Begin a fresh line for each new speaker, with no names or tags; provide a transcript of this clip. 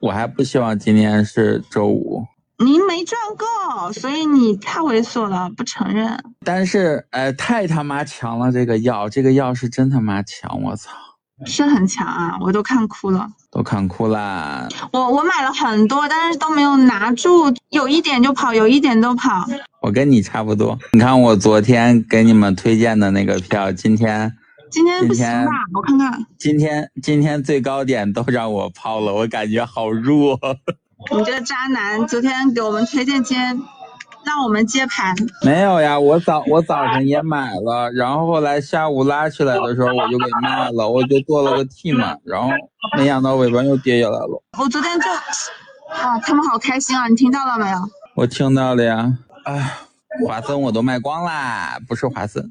我还不希望今天是周五。
您没赚够，所以你太猥琐了，不承认。
但是，哎，太他妈强了！这个药，这个药是真他妈强！我操，
是很强啊，我都看哭了。
都看哭啦！
我我买了很多，但是都没有拿住，有一点就跑，有一点都跑。
我跟你差不多。你看我昨天给你们推荐的那个票，今天
今天不
今
行
天
吧？我看看，
今天今天最高点都让我抛了，我感觉好弱。
你这个渣男，昨天给我们推荐，今天让我们接盘。
没有呀，我早我早晨也买了，然后后来下午拉起来的时候我就给卖了，我就做了个 T 嘛，然后没想到尾盘又跌下来了。
我昨天就，啊，他们好开心啊！你听到了没有？
我听到了呀，哎，华森我都卖光啦，不是华森。